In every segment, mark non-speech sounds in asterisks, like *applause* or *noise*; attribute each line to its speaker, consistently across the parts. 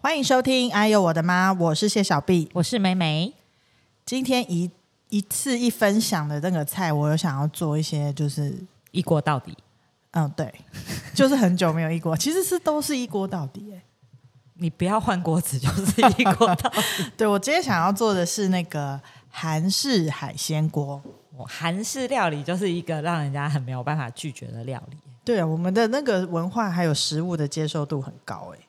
Speaker 1: 欢迎收听《哎呦我的妈》，我是谢小碧。
Speaker 2: 我是梅梅，
Speaker 1: 今天一一次一分享的那个菜，我有想要做一些，就是
Speaker 2: 一锅到底。
Speaker 1: 嗯，对， *laughs* 就是很久没有一锅，其实是都是一锅到底、欸。
Speaker 2: 你不要换锅子，就是一锅
Speaker 1: *laughs*
Speaker 2: 到底。
Speaker 1: 对我今天想要做的是那个韩式海鲜锅。
Speaker 2: 我韩式料理就是一个让人家很没有办法拒绝的料理，
Speaker 1: 对，我们的那个文化还有食物的接受度很高、欸，哎。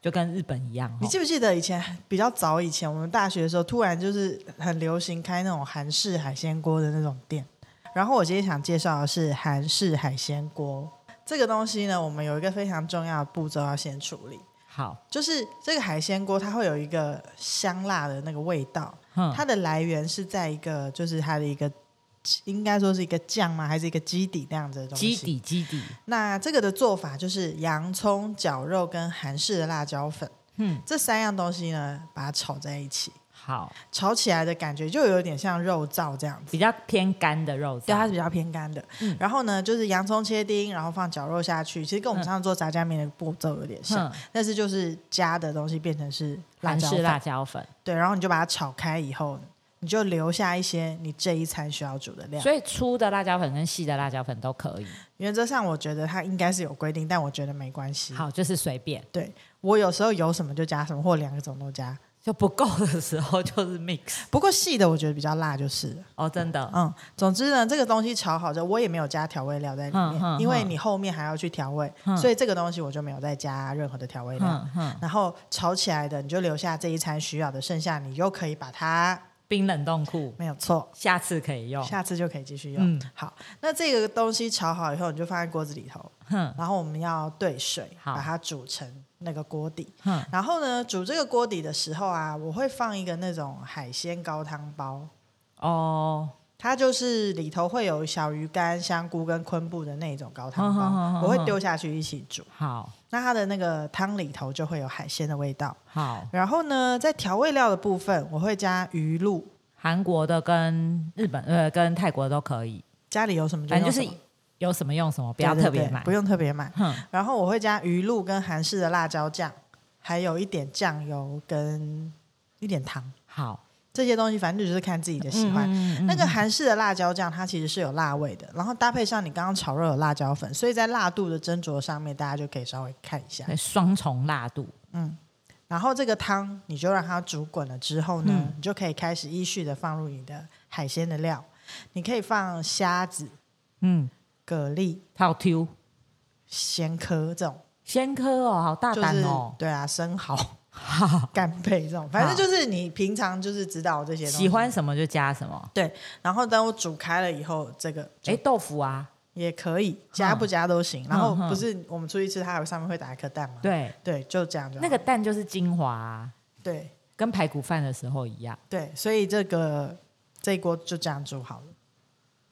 Speaker 2: 就跟日本一样哦。
Speaker 1: 你记不记得以前比较早以前，我们大学的时候，突然就是很流行开那种韩式海鲜锅的那种店。然后我今天想介绍的是韩式海鲜锅这个东西呢，我们有一个非常重要的步骤要先处理，
Speaker 2: 好，
Speaker 1: 就是这个海鲜锅它会有一个香辣的那个味道，
Speaker 2: 嗯，
Speaker 1: 它的来源是在一个就是它的一个应该说是一个酱吗？还是一个基底那样子的东西？
Speaker 2: 基底基底，
Speaker 1: 那这个的做法就是洋葱、绞肉跟韩式的辣椒粉
Speaker 2: 嗯，
Speaker 1: 这三样东西呢，把它炒在一起，
Speaker 2: 好，
Speaker 1: 炒起来的感觉就有点像肉燥这样子。
Speaker 2: 比较偏干的肉燥，
Speaker 1: 对，它是比较偏干的。
Speaker 2: 嗯
Speaker 1: 然后呢，就是洋葱切丁，然后放绞肉下去，其实跟我们上次做炸酱面的步骤有点像，
Speaker 2: 嗯
Speaker 1: 但是就是加的东西变成是辣
Speaker 2: 韩
Speaker 1: 椒
Speaker 2: 式
Speaker 1: 粉。
Speaker 2: 辣椒粉，
Speaker 1: 对，然后你就把它炒开以后，你就留下一些你这一餐需要煮的量。
Speaker 2: 所以粗的辣椒粉跟细的辣椒粉都可以。
Speaker 1: 原则上，我觉得它应该是有规定，但我觉得没关系。
Speaker 2: 好，就是随便，
Speaker 1: 对我有时候有什么就加什么，或两种都加。
Speaker 2: 就不够的时候就是 mix。
Speaker 1: 不过细的我觉得比较辣就是了。
Speaker 2: 哦，真的，
Speaker 1: 嗯，总之呢，这个东西炒好之后，我也没有加调味料在里面，
Speaker 2: 嗯嗯嗯
Speaker 1: 因为你后面还要去调味，
Speaker 2: 嗯
Speaker 1: 所以这个东西我就没有再加任何的调味料。
Speaker 2: 嗯嗯，
Speaker 1: 然后炒起来的，你就留下这一餐需要的，剩下你又可以把它
Speaker 2: 冰冷冻库，
Speaker 1: 没有错，
Speaker 2: 下次可以用。
Speaker 1: 下次就可以继续用。
Speaker 2: 嗯，
Speaker 1: 好，那这个东西炒好以后，你就放在锅子里头，
Speaker 2: 哼
Speaker 1: 然后我们要兑水，
Speaker 2: 好
Speaker 1: 把它煮成那个锅底。
Speaker 2: 哼，
Speaker 1: 然后呢，煮这个锅底的时候啊，我会放一个那种海鲜高汤包，
Speaker 2: 哦，
Speaker 1: 它就是里头会有小鱼干、香菇跟昆布的那种高汤包，
Speaker 2: 嗯嗯嗯嗯
Speaker 1: 我会丢下去一起煮。
Speaker 2: 好
Speaker 1: 那它的那个汤里头就会有海鲜的味道。
Speaker 2: 好，
Speaker 1: 然后呢，在调味料的部分，我会加鱼露，
Speaker 2: 韩国的跟日本呃跟泰国的都可以，
Speaker 1: 家里有什么就
Speaker 2: 反
Speaker 1: 用
Speaker 2: 正就
Speaker 1: 什
Speaker 2: 是
Speaker 1: 么
Speaker 2: 有什么用什么，不
Speaker 1: 对
Speaker 2: 要
Speaker 1: 对
Speaker 2: 特别
Speaker 1: 对
Speaker 2: 买
Speaker 1: 不。用特别买。
Speaker 2: 哼，
Speaker 1: 然后我会加鱼露跟韩式的辣椒酱，还有一点酱油跟一点糖，
Speaker 2: 好，
Speaker 1: 这些东西反正就是看自己的喜欢。
Speaker 2: 嗯
Speaker 1: 那个韩式的辣椒酱，它其实是有辣味的，然后搭配上你刚刚炒肉有辣椒粉，所以在辣度的斟酌上面，大家就可以稍微看一下。
Speaker 2: 对双重辣度，
Speaker 1: 然后这个汤你就让它煮滚了之后呢，
Speaker 2: 嗯
Speaker 1: 你就可以开始依序的放入你的海鲜的料，你可以放虾子、
Speaker 2: 嗯，
Speaker 1: 蛤蜊、
Speaker 2: 套 Q
Speaker 1: 鲜科这种，
Speaker 2: 鲜科哦，好大
Speaker 1: 就是
Speaker 2: 胆哦，
Speaker 1: 对啊，生蚝、 *laughs* 干贝这种，反正就是你平常就是知道这些东西
Speaker 2: 喜欢。什么就加什么。
Speaker 1: 然后等我煮开了以后，这个就
Speaker 2: 哎，豆腐啊，
Speaker 1: 也可以加不加都行。然后
Speaker 2: 嗯嗯
Speaker 1: 不是我们出去吃，它还会上面会打一颗蛋吗？
Speaker 2: 对，
Speaker 1: 对，就这样就好
Speaker 2: 那个蛋就是精华啊，
Speaker 1: 对
Speaker 2: 跟排骨饭的时候一样
Speaker 1: 对，所以这个这一锅就这样煮好了。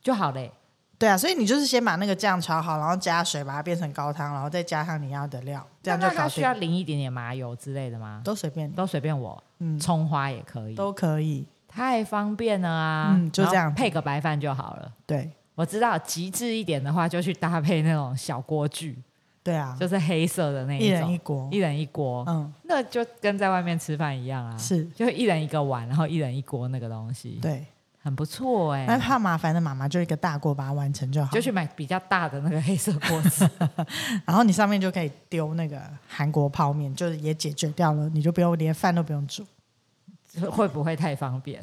Speaker 2: 就好嘞。
Speaker 1: 对啊，所以你就是先把那个酱炒好，然后加水把它变成高汤，然后再加上你要的料，这样就
Speaker 2: 那它
Speaker 1: 搞
Speaker 2: 需
Speaker 1: 定
Speaker 2: 要。淋一点点麻油之类的吗？
Speaker 1: 都随便你，
Speaker 2: 都随便我，
Speaker 1: 嗯，
Speaker 2: 葱花也可以，
Speaker 1: 都可以。
Speaker 2: 太方便了啊。
Speaker 1: 嗯就这样
Speaker 2: 然后配个白饭就好了。
Speaker 1: 对
Speaker 2: 我知道极致一点的话，就去搭配那种小锅具，
Speaker 1: 对啊，
Speaker 2: 就是黑色的那
Speaker 1: 一人
Speaker 2: 种，
Speaker 1: 一锅。
Speaker 2: 一人一锅，
Speaker 1: 嗯，
Speaker 2: 那就跟在外面吃饭一样啊，
Speaker 1: 是
Speaker 2: 就一人一个碗，然后一人一锅那个东西，
Speaker 1: 对。
Speaker 2: 很不错哎、
Speaker 1: 那怕麻烦的妈妈就一个大锅把它完成就好
Speaker 2: 就，去买比较大的那个黑色锅子， *laughs*
Speaker 1: 然后你上面就可以丢那个韩国泡面，就是也解决掉了，你就不用连饭都不用煮。
Speaker 2: 会不会太方便？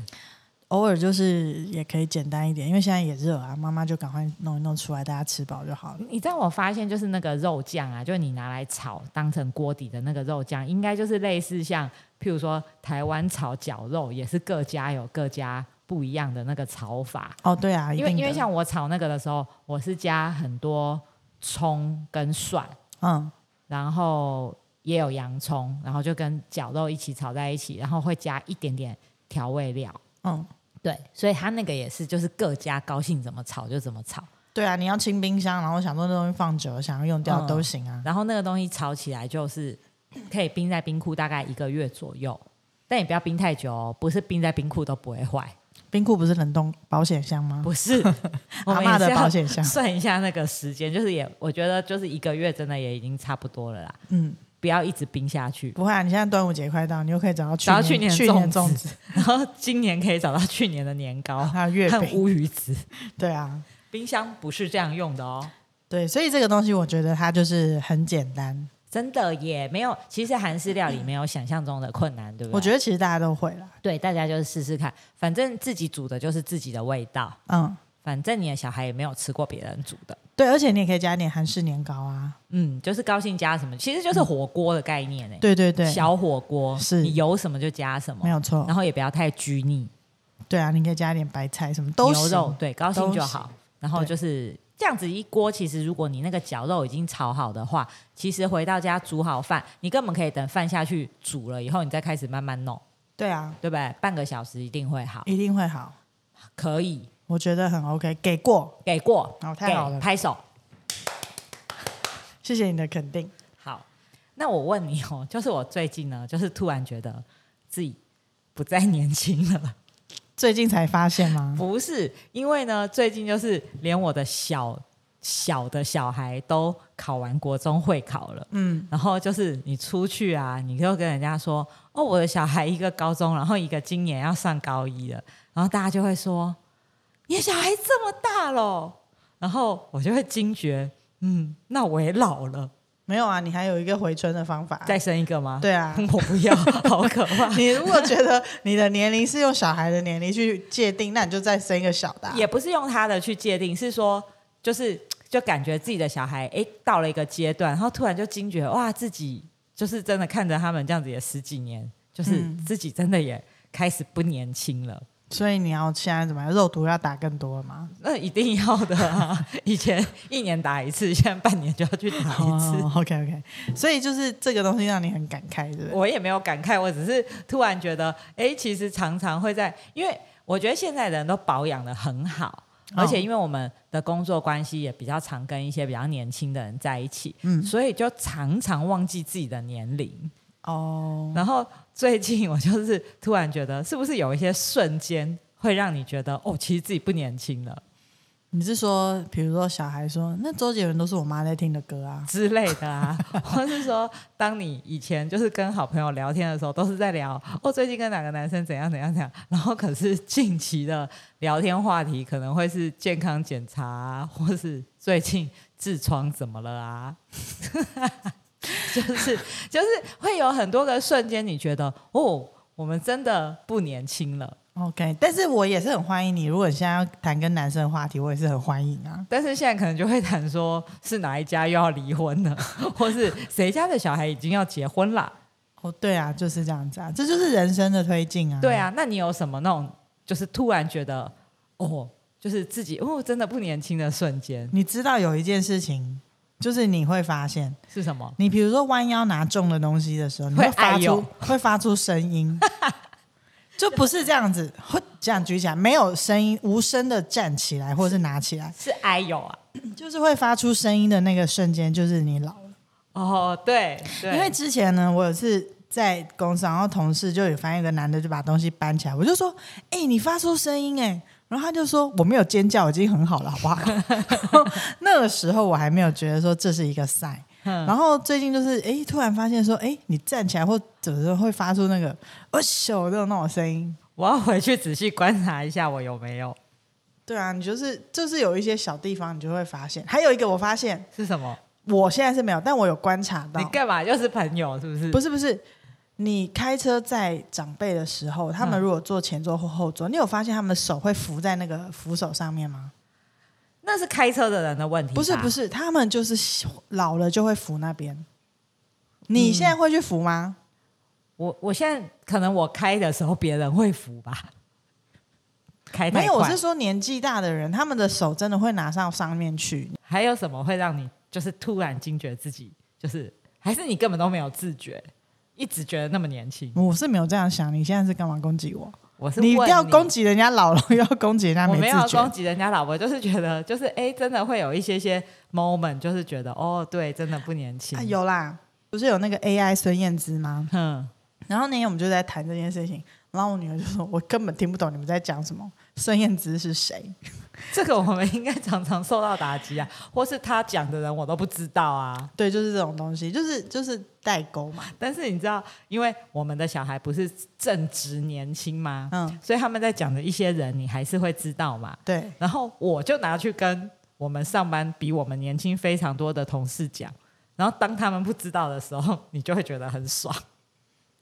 Speaker 1: 偶尔就是也可以简单一点，因为现在也热啊，妈妈就赶快弄一弄出来，大家吃饱就好了。
Speaker 2: 你知道我发现就是那个肉酱啊，就是你拿来炒当成锅底的那个肉酱，应该就是类似像譬如说台湾炒绞肉，也是各家有各家不一样的那个炒法。
Speaker 1: 哦，对啊，一
Speaker 2: 因为
Speaker 1: 定
Speaker 2: 因
Speaker 1: 的
Speaker 2: 为像我炒那个的时候，我是加很多葱跟蒜，
Speaker 1: 嗯
Speaker 2: 然后也有洋葱，然后就跟绞肉一起炒在一起，然后会加一点点调味料。
Speaker 1: 嗯，
Speaker 2: 对，所以它那个也是，就是各家高兴怎么炒就怎么炒。
Speaker 1: 对啊，你要清冰箱，然后想说那东西放久了，想要用掉
Speaker 2: 嗯
Speaker 1: 都行啊。
Speaker 2: 然后那个东西炒起来就是 *clears throat* 可以冰在冰库大概一个月左右，但也不要冰太久哦，不是冰在冰库都不会坏，
Speaker 1: 冰库不是冷冻保险箱吗？
Speaker 2: 不 *laughs* 是我
Speaker 1: 阿
Speaker 2: 们
Speaker 1: 嬷
Speaker 2: 也
Speaker 1: 的
Speaker 2: 是
Speaker 1: 保
Speaker 2: 要 *laughs*
Speaker 1: 险箱。
Speaker 2: 算一下那个时间，就是也我觉得就是一个月真的也已经差不多了啦。
Speaker 1: 嗯，
Speaker 2: 不要一直冰下去， *laughs*
Speaker 1: 不会啊，你现在端午节快到，你又可以找到去
Speaker 2: 找到去
Speaker 1: 年
Speaker 2: 年的
Speaker 1: 去年
Speaker 2: 粽
Speaker 1: 粽
Speaker 2: *laughs* 子，然后今年可以找到去年的年糕
Speaker 1: 还有月
Speaker 2: 和
Speaker 1: 饼，
Speaker 2: 乌鱼子。
Speaker 1: 对啊，
Speaker 2: 冰箱不是这样用的哦，
Speaker 1: 对，所以这个东西我觉得它就是很简单，
Speaker 2: 真的也没有。其实韩式料理没有想象中的困难，对不对？啊
Speaker 1: 我觉得其实大家都会啦。
Speaker 2: 对，大家就是试试看，反正自己煮的就是自己的味道，
Speaker 1: 嗯，
Speaker 2: 反正你的小孩也没有吃过别人煮的。
Speaker 1: 对，而且你也可以加一点韩式年糕啊，
Speaker 2: 嗯，就是高兴加什么，其实就是火锅的概念呢、
Speaker 1: 对对对，
Speaker 2: 小火锅
Speaker 1: 是
Speaker 2: 你有什么就加什么
Speaker 1: 没，有错
Speaker 2: 然。后也不要太拘泥，
Speaker 1: 对啊，你可以加一点白菜什么都
Speaker 2: 牛
Speaker 1: 行
Speaker 2: 肉对高兴
Speaker 1: 都
Speaker 2: 就
Speaker 1: 行
Speaker 2: 好。然后
Speaker 1: 对
Speaker 2: 就是这样子一锅，其实如果你那个绞肉已经炒好的话，其实回到家煮好饭，你根本可以等饭下去煮了以后，你再开始慢慢弄，
Speaker 1: 对啊，
Speaker 2: 对不对？半个小时一定会好，
Speaker 1: 一定会好，
Speaker 2: 可以
Speaker 1: 我觉得很 OK，给过，
Speaker 2: 给过，
Speaker 1: 哦，太好
Speaker 2: 给
Speaker 1: 了，
Speaker 2: 拍手。
Speaker 1: 谢谢你的肯定。
Speaker 2: 好，那我问你哦，就是我最近呢，就是突然觉得自己不再年轻了， *laughs*
Speaker 1: 最近才发现吗？
Speaker 2: 不是因为呢，最近就是连我的小小的小孩都考完国中会考了。
Speaker 1: 嗯，
Speaker 2: 然后就是你出去啊，你就跟人家说：“哦，我的小孩一个高中，然后一个今年要上高一了。”然后大家就会说：“你的小孩这么大咯。然后我就会惊觉：“嗯，那我也老了，
Speaker 1: 没有啊，你还有一个回春的方法。
Speaker 2: 再生一个吗？”，
Speaker 1: 对啊
Speaker 2: *laughs* 我不要，好可怕
Speaker 1: *laughs* 。你如果觉得你的年龄是用小孩的年龄去界定，那你就再生一个小的啊、
Speaker 2: 也不是用他的去界定，是说就是就感觉自己的小孩诶到了一个阶段，然后突然就惊觉哇，自己就是真的看着他们这样子也十几年，就是
Speaker 1: 嗯
Speaker 2: 自己真的也开始不年轻了。
Speaker 1: 所以你要现在怎么样？肉毒要打更多了吗？
Speaker 2: 那一定要的啊！ *laughs* 以前一年打一次，现在半年就要去打一次。
Speaker 1: 哦、OK OK，所以就是这个东西让你很感慨，对不对？
Speaker 2: 我也没有感慨，我只是突然觉得，诶，其实常常会在，因为我觉得现在的人都保养的很好，
Speaker 1: 哦
Speaker 2: 而且因为我们的工作关系也比较常跟一些比较年轻的人在一起，
Speaker 1: 嗯，
Speaker 2: 所以就常常忘记自己的年龄。
Speaker 1: 哦，
Speaker 2: 然后最近我就是突然觉得，是不是有一些瞬间会让你觉得，哦，其实自己不年轻了
Speaker 1: 你是说，比如说小孩说，那周杰伦都是我妈在听的歌啊，
Speaker 2: 之类的啊？或是说，当你以前就是跟好朋友聊天的时候，都是在聊，哦，最近跟哪个男生怎样怎样怎样，然后可是近期的聊天话题可能会是健康检查、啊，或是最近痔疮怎么了啊？ *laughs* 就是就是会有很多个瞬间，你觉得哦，我们真的不年轻了。
Speaker 1: OK，但是我也是很欢迎你。如果你现在要谈跟男生的话题，我也是很欢迎啊。
Speaker 2: 但是现在可能就会谈说是哪一家又要离婚了，或是谁家的小孩已经要结婚了。
Speaker 1: 哦，对啊，就是这样子啊，这就是人生的推进啊。
Speaker 2: 对，啊，那你有什么那种就是突然觉得哦，就是自己哦真的不年轻的瞬间
Speaker 1: 你知道有一件事情，就是你会发现，
Speaker 2: 是什么？
Speaker 1: 你比如说弯腰拿重的东西的时候，你
Speaker 2: 会
Speaker 1: 会发
Speaker 2: 哎呦
Speaker 1: 出会发出声
Speaker 2: *laughs*
Speaker 1: 音，就不是这样子，会这样举起来，没有声音，无声的站起来或者是拿起来，
Speaker 2: 是哎呦啊！
Speaker 1: 就是会发出声音的那个瞬间，就是你老了。
Speaker 2: 哦，对，对
Speaker 1: 因为之前呢，我有次在公司，然后同事就有发现一个男的就把东西搬起来，我就说：“哎、你发出声音哎、然后他就说：“我没有尖叫，已经很好了，好不好？”
Speaker 2: *laughs*
Speaker 1: 那个时候我还没有觉得说这是一个 sign。
Speaker 2: 嗯
Speaker 1: 然后最近就是哎、突然发现说，哎、你站起来或怎么说会发出那个“哦咻”的那种声音。
Speaker 2: 我要回去仔细观察一下我有没有
Speaker 1: 对啊，你就是就是有一些小地方你就会发现。还有一个我发现，
Speaker 2: 是什么？
Speaker 1: 我现在是没有，但我有观察到
Speaker 2: 你，干嘛？又是朋友是不是？
Speaker 1: 不是不是，你开车载长辈的时候，他们
Speaker 2: 嗯
Speaker 1: 如果坐前座或后座，你有发现他们手会扶在那个扶手上面吗？
Speaker 2: 那是开车的人的问题吧。
Speaker 1: 不是不是，他们就是喜老了就会扶那边。
Speaker 2: 嗯
Speaker 1: 你现在会去扶吗？
Speaker 2: 我我现在可能我开的时候别人会扶吧， *laughs* 开太
Speaker 1: 没有，我
Speaker 2: 快
Speaker 1: 是说年纪大的人，他们的手真的会拿上上面去。
Speaker 2: 还有什么会让你就是突然惊觉自己就是还是你根本都没有自觉，一直觉得那么年轻？
Speaker 1: 我是没有这样想，你现在是干嘛攻击我？
Speaker 2: 我是
Speaker 1: 你一定
Speaker 2: 问
Speaker 1: 要攻击人家老了，又要攻击人家
Speaker 2: 我没有
Speaker 1: 自
Speaker 2: 要
Speaker 1: 觉
Speaker 2: 攻。击人家老婆，就是觉得 *laughs* 就是哎，真的会有一些些 moment，就是觉得哦，对，真的不年轻。
Speaker 1: 啊，有啦，不是有那个 AI 孙燕姿吗？
Speaker 2: 哼，
Speaker 1: 然后那天我们就在谈这件事情，然后我女儿就说：“我根本听不懂你们在讲什么，孙燕姿是谁
Speaker 2: 这个我们应该常常受到打击啊， *laughs* 或是他讲的人我都不知道啊？”。
Speaker 1: 对，就是这种东西，就是就是代沟嘛。
Speaker 2: 但是你知道，因为我们的小孩不是正值年轻吗？
Speaker 1: 嗯，
Speaker 2: 所以他们在讲的一些人，你还是会知道嘛。
Speaker 1: 对，
Speaker 2: 然后我就拿去跟我们上班比我们年轻非常多的同事讲，然后当他们不知道的时候， *laughs* 你就会觉得很爽。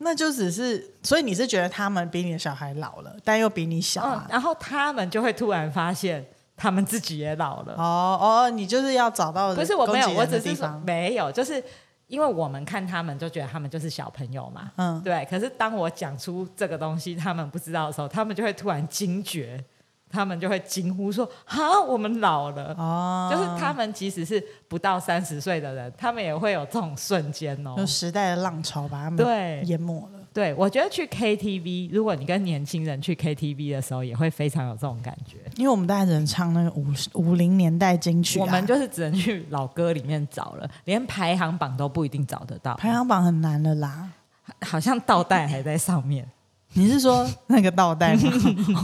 Speaker 1: 那就只是，所以你是觉得他们比你的小孩老了，但又比你小
Speaker 2: 嗯
Speaker 1: 啊，？
Speaker 2: 然后他们就会突然发现他们自己也老了。
Speaker 1: 哦哦，你就是要找到
Speaker 2: 不是我
Speaker 1: 攻
Speaker 2: 没
Speaker 1: 击人
Speaker 2: 有，我
Speaker 1: 的
Speaker 2: 只是
Speaker 1: 地
Speaker 2: 说
Speaker 1: 方
Speaker 2: 没有，就是因为我们看他们就觉得他们就是小朋友嘛。
Speaker 1: 嗯，
Speaker 2: 对，可是当我讲出这个东西，他们不知道的时候，他们就会突然惊觉，他们就会惊呼说：“哈，我们老了。
Speaker 1: 哦，
Speaker 2: 就是他们即使是不到三十岁的人，他们也会有这种瞬间哦。
Speaker 1: 就时代的浪潮把他们
Speaker 2: 对
Speaker 1: 淹没了。
Speaker 2: 对，我觉得去 KTV，如果你跟年轻人去 KTV 的时候，也会非常有这种感觉。
Speaker 1: 因为我们大家只能唱那个五五零年代金曲、啊，
Speaker 2: 我们就是只能去老歌里面找了，连排行榜都不一定找得到，
Speaker 1: 排行榜很难了啦。
Speaker 2: 好像倒带还在上面，
Speaker 1: 你是说那个倒带
Speaker 2: *laughs*
Speaker 1: 吗？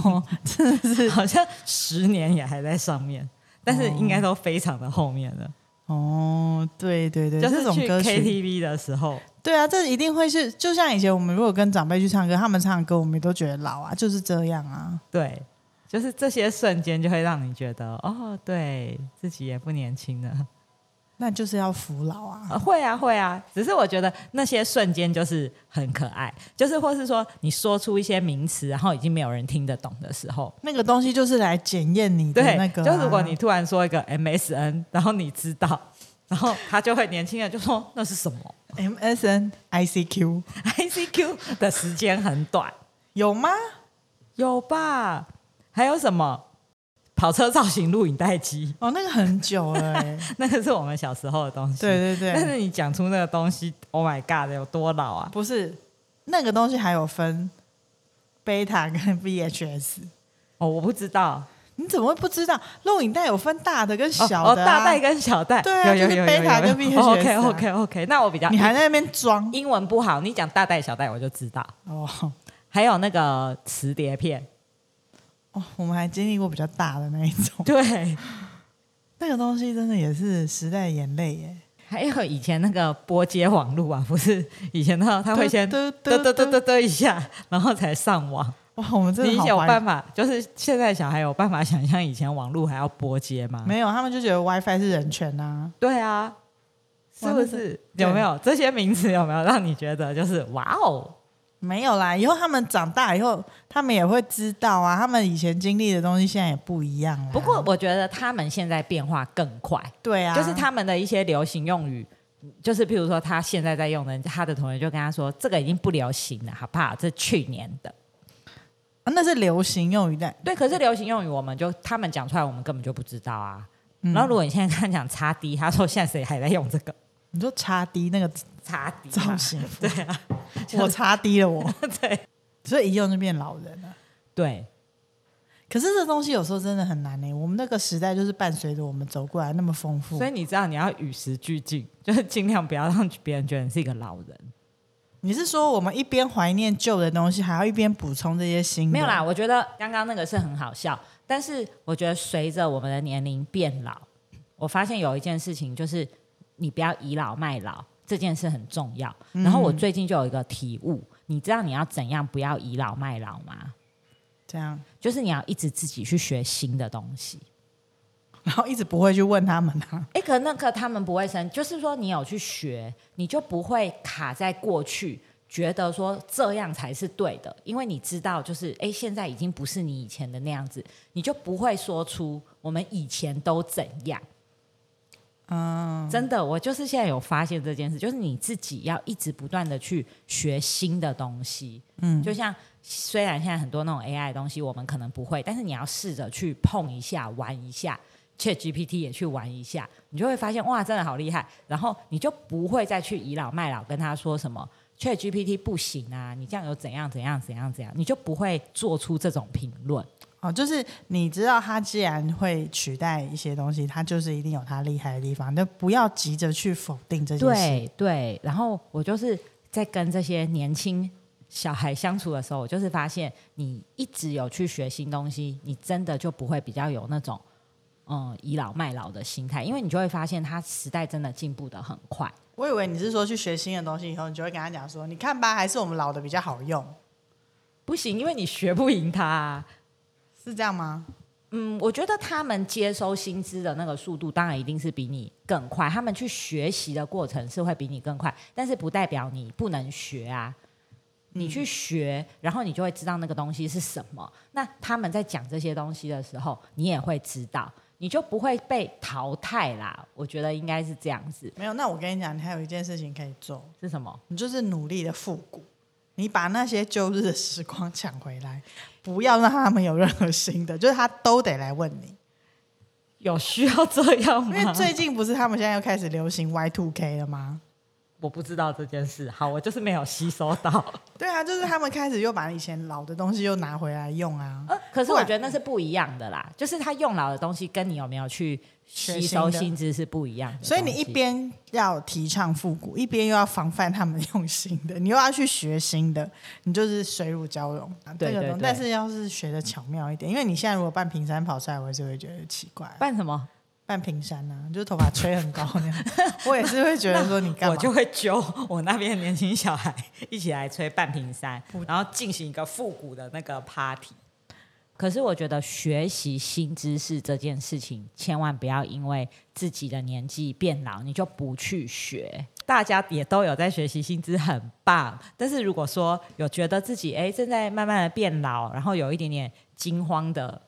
Speaker 1: 哦 *laughs* 真的是
Speaker 2: 好像十年也还在上面，但是应该都非常的后面了。
Speaker 1: 哦，对对对，
Speaker 2: 就
Speaker 1: 这
Speaker 2: 是
Speaker 1: 种
Speaker 2: 去
Speaker 1: 歌曲
Speaker 2: KTV 的时候，
Speaker 1: 对啊，这一定会是，就像以前我们如果跟长辈去唱歌，他们唱的歌我们也都觉得老啊，就是这样啊。
Speaker 2: 对，就是这些瞬间就会让你觉得，哦，对自己也不年轻了、 *laughs*
Speaker 1: 那就是要服老啊。
Speaker 2: 啊会啊，会啊，只是我觉得那些瞬间就是很可爱，就是或是说你说出一些名词，然后已经没有人听得懂的时候。
Speaker 1: 那个东西就是来检验你的
Speaker 2: 对，
Speaker 1: 那个啊、
Speaker 2: 就如果你突然说一个 MSN，然后你知道，然后他就会年轻人就说那是什么 *laughs*
Speaker 1: MSN ICQ
Speaker 2: ICQ 的时间很短，
Speaker 1: 有吗？
Speaker 2: 有吧？还有什么跑车造型录影带机， *laughs*
Speaker 1: 哦，那个很久了、欸。
Speaker 2: 那个是我们小时候的东西。
Speaker 1: 对对
Speaker 2: 但
Speaker 1: 对，
Speaker 2: 是你讲出那个东西，Oh my God，有多老啊？
Speaker 1: 不是那个东西还有分贝塔跟 VHS，
Speaker 2: 哦，我不知道，
Speaker 1: 你怎么会不知道？录影带有分大的跟
Speaker 2: 哦
Speaker 1: 小
Speaker 2: 哦，
Speaker 1: 的、啊
Speaker 2: 大带跟小带，
Speaker 1: 对啊
Speaker 2: 有有
Speaker 1: 就是
Speaker 2: 有有有
Speaker 1: beta 跟 VHS 啊
Speaker 2: OK OK OK，那我比较
Speaker 1: 你还在那边装
Speaker 2: 英文不好，你讲大带小带我就知道。
Speaker 1: 哦
Speaker 2: 还有那个磁碟片，
Speaker 1: 哦，我们还经历过比较大的那一
Speaker 2: *laughs*
Speaker 1: 种，
Speaker 2: 对，
Speaker 1: 那个东西真的也是时代眼泪耶。
Speaker 2: 还有以前那个拨接网路啊，不是以前他他会先嘚
Speaker 1: 嘚
Speaker 2: 嘚嘚嘚嘚一下，然后才上网。
Speaker 1: 哇，我们真
Speaker 2: 你
Speaker 1: 的好
Speaker 2: 有
Speaker 1: 怀
Speaker 2: 办法，就是现在小孩有办法想象以前网路还要拨接吗？
Speaker 1: 啊没有，他们就觉得 WiFi 是人权啊。
Speaker 2: 对啊，是
Speaker 1: 哇
Speaker 2: 不
Speaker 1: 那是
Speaker 2: 是？
Speaker 1: 对
Speaker 2: 有没有这些名词？有没有让你觉得就是哇哦？
Speaker 1: 没有啦，以后他们长大以后，他们也会知道啊，他们以前经历的东西现在也不一样了。
Speaker 2: 不过我觉得他们现在变化更快，
Speaker 1: 对啊，
Speaker 2: 就是他们的一些流行用语，就是譬如说他现在在用的，他的同学就跟他说这个已经不流行了，好不好？这去年的。
Speaker 1: 啊那是流行用语但
Speaker 2: 对，可是流行用语我们就他们讲出来，我们根本就不知道啊。
Speaker 1: 嗯
Speaker 2: 然后如果你现在跟他讲叉 D，他说现在谁还在用这个
Speaker 1: 你说插低那个
Speaker 2: 叉 D
Speaker 1: 造
Speaker 2: 嘛？
Speaker 1: 型，
Speaker 2: *laughs* 对啊，
Speaker 1: 我插低了我，
Speaker 2: *laughs* 对
Speaker 1: 所以一用就变老人了。
Speaker 2: 对，
Speaker 1: 可是这东西有时候真的很难呢、我们那个时代就是伴随着我们走过来那么丰富
Speaker 2: 所，以你知道你要与时俱进，就是尽量不要让别人觉得你是一个老人。
Speaker 1: 你是说我们一边怀念旧的东西，还要一边补充这些新的？
Speaker 2: 没有啦，，我觉得刚刚那个是很好笑，但是我觉得随着我们的年龄变老，我发现有一件事情就是你不要倚老卖老，这件事很重要。然后我
Speaker 1: 嗯
Speaker 2: 最近就有一个体悟，你知道你要怎样不要倚老卖老吗？
Speaker 1: 这样，
Speaker 2: 就是你要一直自己去学新的东西。
Speaker 1: 然后一直不会去问他们啊。 *laughs*
Speaker 2: 哎，可那个他们不会生，就是说你有去学，你就不会卡在过去，觉得说这样才是对的，因为你知道，就是哎，诶现在已经不是你以前的那样子，你就不会说出我们以前都怎样。
Speaker 1: 嗯，
Speaker 2: 真的，我就是现在有发现这件事，就是你自己要一直不断的去学新的东西。嗯，就像虽然现在很多那种 AI 的东西我们可能不会，但是你要试着去碰一下、玩一下，ChatGPT 也去玩一下，你就会发现哇，真的好厉害。然后你就不会再去倚老卖老，跟他说什么 ChatGPT 不行啊，你这样有怎样怎样怎样怎样，你就不会做出这种评论。
Speaker 1: 哦，就是你知道他既然会取代一些东西，他就是一定有他厉害的地方，但不要急着去否定这件事。
Speaker 2: 对对，然后我就是在跟这些年轻小孩相处的时候，我就是发现你一直有去学新东西，你真的就不会比较有那种嗯倚老卖老的心态，因为你就会发现他时代真的进步的很快。
Speaker 1: 我以为你是说去学新的东西以后，你就会跟他讲说，你看吧，还是我们老的比较好用，
Speaker 2: 不行，因为你学不赢他、啊。
Speaker 1: 是这样吗？
Speaker 2: 嗯，我觉得他们接收薪资的那个速度，当然一定是比你更快。他们去学习的过程是会比你更快，但是不代表你不能学啊。你
Speaker 1: 嗯
Speaker 2: 去学，然后你就会知道那个东西是什么。那他们在讲这些东西的时候，你也会知道，你就不会被淘汰啦。我觉得应该是这样子，
Speaker 1: 没有。那我跟你讲，你还有一件事情可以做，
Speaker 2: 是什么？
Speaker 1: 你就是努力的复古，你把那些旧日的时光抢回来，不要让他们有任何新的，就是他都得来问你。
Speaker 2: 有需要这样
Speaker 1: 因
Speaker 2: 吗？
Speaker 1: 为最近不是他们现在又开始流行 Y two K 了吗？
Speaker 2: 我不知道这件事，好，我就是没有吸收到。
Speaker 1: 对啊，就是他们开始又把以前老的东西又拿回来用啊。
Speaker 2: 呃，可是我觉得那是不一样的啦，就是他用老的东西跟你有没有去吸收薪资是不一样的东西。
Speaker 1: 所以你一边要提倡复古，一边又要防范他们 *laughs* 用新的，你又要去学新的，你就是水乳交融。啊
Speaker 2: 对
Speaker 1: 这个东
Speaker 2: 对对
Speaker 1: 但是要是学的巧妙一点，因为你现在如果办平山跑出来，我也是会觉得奇怪。啊
Speaker 2: 办什么，
Speaker 1: 办平山呢、啊，就是头发吹很高那样， *laughs* 我也是会觉得说你干
Speaker 2: *laughs* 我
Speaker 1: 嘛？
Speaker 2: 就会揪我那边的年轻小孩一起来吹半瓶山，然后进行一个复古的那个 party。可是我觉得学习新知识这件事情，千万不要因为自己的年纪变老，你就不去学。大家也都有在学习薪资，很棒。但是如果说有觉得自己哎正在慢慢的变老，然后有一点点惊慌的，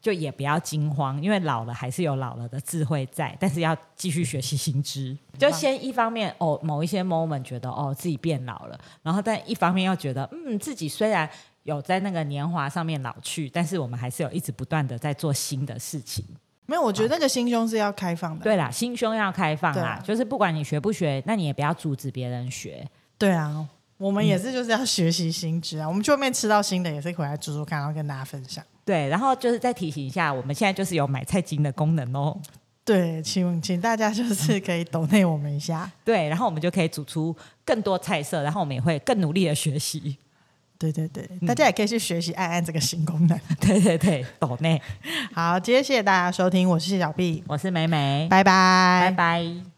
Speaker 2: 就也不要惊慌，因为老了还是有老了的智慧在，但是要继续学习新知。就先一方面哦，某一些 moment 觉得哦自己变老了，然后但一方面又觉得嗯自己虽然有在那个年华上面老去，但是我们还是有一直不断的在做新的事情。
Speaker 1: 没有，我觉得那个心胸是要开放的。啊
Speaker 2: 对啦，心胸要开放
Speaker 1: 对
Speaker 2: 啦
Speaker 1: 啊，
Speaker 2: 就是不管你学不学，那你也不要阻止别人学。
Speaker 1: 对啊，我们也是就是要学习新知啊。我们去外面吃到新的，也是回来煮煮看，然后跟大家分享。
Speaker 2: 对，然后就是再提醒一下，我们现在就是有买菜金的功能哦。
Speaker 1: 对，请请大家就是可以抖内我们一下。
Speaker 2: 对，然后我们就可以煮出更多菜色，然后我们也会更努力的学习。
Speaker 1: 对对对，大家也可以去学习按按这个新功能。
Speaker 2: *laughs* 对对对，懂内，
Speaker 1: 好，今天谢谢大家收听，我是谢小碧，
Speaker 2: 我是美美，
Speaker 1: 拜拜，
Speaker 2: 拜拜